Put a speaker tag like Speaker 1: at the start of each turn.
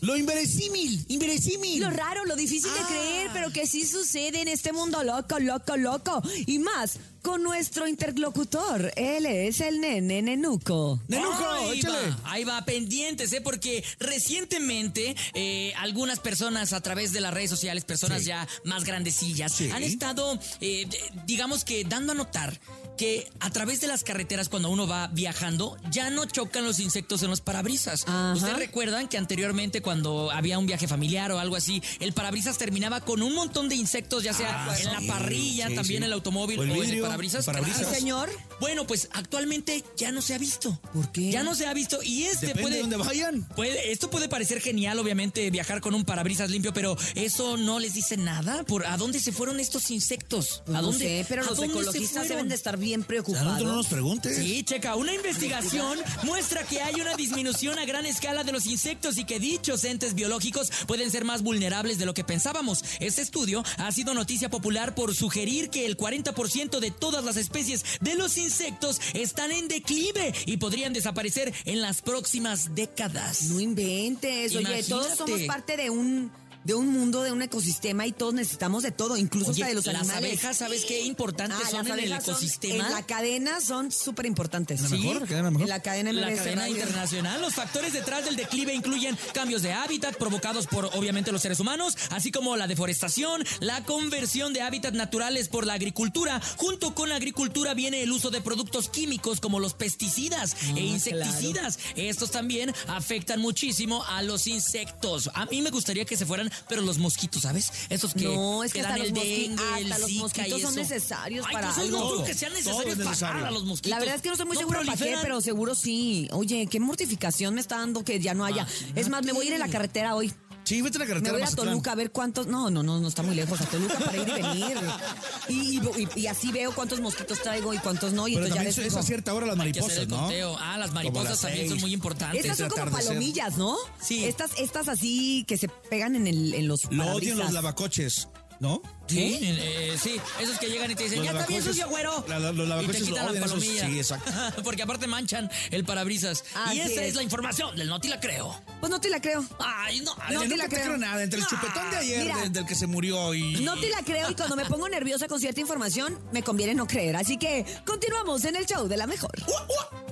Speaker 1: Lo inverosímil, inverosímil.
Speaker 2: Lo raro, lo difícil de
Speaker 1: Ah.
Speaker 2: creer, pero que sí sucede en este mundo loco, loco, loco. Y más, con nuestro interlocutor. Él es el nene Nenuco.
Speaker 1: Nenuco,
Speaker 3: ahí
Speaker 1: échale.
Speaker 3: va, ahí va, pendientes, ¿eh? Porque recientemente eh, algunas personas a través de las redes sociales, personas
Speaker 1: Sí.
Speaker 3: ya más grandecillas,
Speaker 1: Sí.
Speaker 3: han estado, eh, de- digamos que dando a notar que a través de las carreteras cuando uno va viajando ya no chocan los insectos en los parabrisas.
Speaker 2: Ajá.
Speaker 3: Ustedes recuerdan que anteriormente cuando había un viaje familiar o algo así, el parabrisas terminaba con un montón de insectos, ya sea
Speaker 1: Ah,
Speaker 3: en
Speaker 1: sí,
Speaker 3: la parrilla,
Speaker 1: sí,
Speaker 3: también
Speaker 1: sí.
Speaker 3: en el automóvil
Speaker 1: O
Speaker 3: o,
Speaker 1: el
Speaker 3: en el
Speaker 1: vidrio, el
Speaker 3: parabrisas.
Speaker 1: parabrisas.
Speaker 3: Claro.
Speaker 2: Sí, señor.
Speaker 3: Bueno, pues actualmente ya no se ha visto.
Speaker 2: ¿Por qué?
Speaker 3: Ya no se ha visto y este
Speaker 1: Depende
Speaker 3: puede,
Speaker 1: de dónde vayan.
Speaker 3: puede- esto puede parecer genial, obviamente, viajar con un parabrisas limpio, pero eso no les dice nada. ¿Por a dónde se fueron estos insectos?
Speaker 2: Pues
Speaker 3: ¿A
Speaker 2: no
Speaker 3: dónde?
Speaker 2: sé, pero
Speaker 3: ¿a
Speaker 2: los
Speaker 3: dónde se
Speaker 2: ecologistas
Speaker 3: fueron?
Speaker 2: deben de estar bien
Speaker 1: A nosotros no
Speaker 2: preocupados.
Speaker 1: nos preguntes.
Speaker 3: Sí, checa, una investigación muestra que hay una disminución a gran escala de los insectos y que dichos entes biológicos pueden ser más vulnerables de lo que pensábamos. Este estudio ha sido noticia popular por sugerir que el 40% de todas las especies de los insectos están en declive y podrían desaparecer en las próximas décadas.
Speaker 2: No inventes. Oye, todos
Speaker 3: Imagínate.
Speaker 2: somos parte de un de un mundo, de un ecosistema y todos necesitamos de todo, incluso
Speaker 3: Oye,
Speaker 2: hasta de los
Speaker 3: las
Speaker 2: animales.
Speaker 3: abejas, ¿sabes qué importantes
Speaker 2: Ah,
Speaker 3: son
Speaker 2: las
Speaker 3: en el
Speaker 2: abejas son-
Speaker 3: ecosistema?
Speaker 2: en la cadena son súper importantes.
Speaker 1: La mejor, la cadena mejor.
Speaker 2: En la cadena
Speaker 3: La
Speaker 2: MBS
Speaker 3: cadena
Speaker 2: Radio.
Speaker 3: internacional. Los factores detrás del declive incluyen cambios de hábitat provocados por, obviamente, los seres humanos, así como la deforestación, la conversión de hábitats naturales por la agricultura. Junto con la agricultura viene el uso de productos químicos como los pesticidas
Speaker 2: Ah,
Speaker 3: e insecticidas. Estos también afectan muchísimo a los insectos. A mí me gustaría que se fueran, pero los mosquitos, ¿sabes? Estos que
Speaker 2: No, es que
Speaker 3: te
Speaker 2: hasta los
Speaker 3: dan el
Speaker 2: mosqui-
Speaker 3: dengue,
Speaker 2: hasta
Speaker 3: el
Speaker 2: los
Speaker 3: Zika y
Speaker 2: mosquitos son
Speaker 3: eso.
Speaker 2: necesarios
Speaker 3: Ay,
Speaker 2: para
Speaker 3: pues, no
Speaker 2: algo.
Speaker 3: creo que sean
Speaker 1: Todo es
Speaker 3: necesarios para
Speaker 1: necesario.
Speaker 3: nada los mosquitos.
Speaker 2: La verdad es que no estoy muy
Speaker 3: No
Speaker 2: segura para qué,
Speaker 3: proliferan.
Speaker 2: pero seguro sí. Oye, qué mortificación me está dando que ya no haya.
Speaker 3: Ah,
Speaker 2: Es más, me voy a ir en la carretera hoy.
Speaker 1: Sí, vete a la
Speaker 2: Me
Speaker 1: carretera.
Speaker 2: voy a
Speaker 1: Mazatlán.
Speaker 2: Toluca a ver cuántos. No, no, no, no está muy lejos a Toluca para ir y venir. Y, y- y- y así veo cuántos mosquitos traigo y cuántos no. Y
Speaker 1: Pero
Speaker 2: entonces ya
Speaker 1: también
Speaker 2: les
Speaker 1: es es
Speaker 2: digo.
Speaker 1: a cierta hora las
Speaker 3: Hay que hacer
Speaker 1: mariposas,
Speaker 3: el
Speaker 1: ¿no?
Speaker 3: conteo. Ah, las mariposas
Speaker 1: las
Speaker 3: también son
Speaker 1: seis.
Speaker 3: muy importantes.
Speaker 2: Estas son
Speaker 1: Antes del
Speaker 2: como
Speaker 1: atardecer.
Speaker 2: palomillas, ¿no?
Speaker 3: Sí.
Speaker 2: Estas, estas así que se pegan en, el, en los.
Speaker 1: Lo odian los
Speaker 2: parabrisas.
Speaker 1: lavacoches, ¿no?
Speaker 3: ¿Sí? Eh, eh, sí, esos que llegan y te dicen,
Speaker 1: Los
Speaker 3: ya está bien
Speaker 1: lavacoches-
Speaker 3: sucio, güero.
Speaker 1: la- la- los
Speaker 3: y te
Speaker 1: lavacoches
Speaker 3: quitan
Speaker 1: lo
Speaker 3: la
Speaker 1: odian, esos-
Speaker 3: palomilla.
Speaker 1: sí, exacto.
Speaker 3: Porque aparte manchan el parabrisas.
Speaker 2: Así
Speaker 3: y esa es.
Speaker 2: es
Speaker 3: la información del No Te La Creo.
Speaker 2: Pues no te la creo.
Speaker 3: Ay, no.
Speaker 2: No
Speaker 1: Oye,
Speaker 2: te
Speaker 1: nunca
Speaker 2: la creo.
Speaker 1: nada, entre el
Speaker 3: Ah,
Speaker 1: chupetón de ayer
Speaker 2: mira.
Speaker 1: de- del que se murió y...
Speaker 2: No te la creo y cuando me pongo nerviosa con cierta información, me conviene no creer. Así que continuamos en el show de la mejor.
Speaker 3: Uh, uh.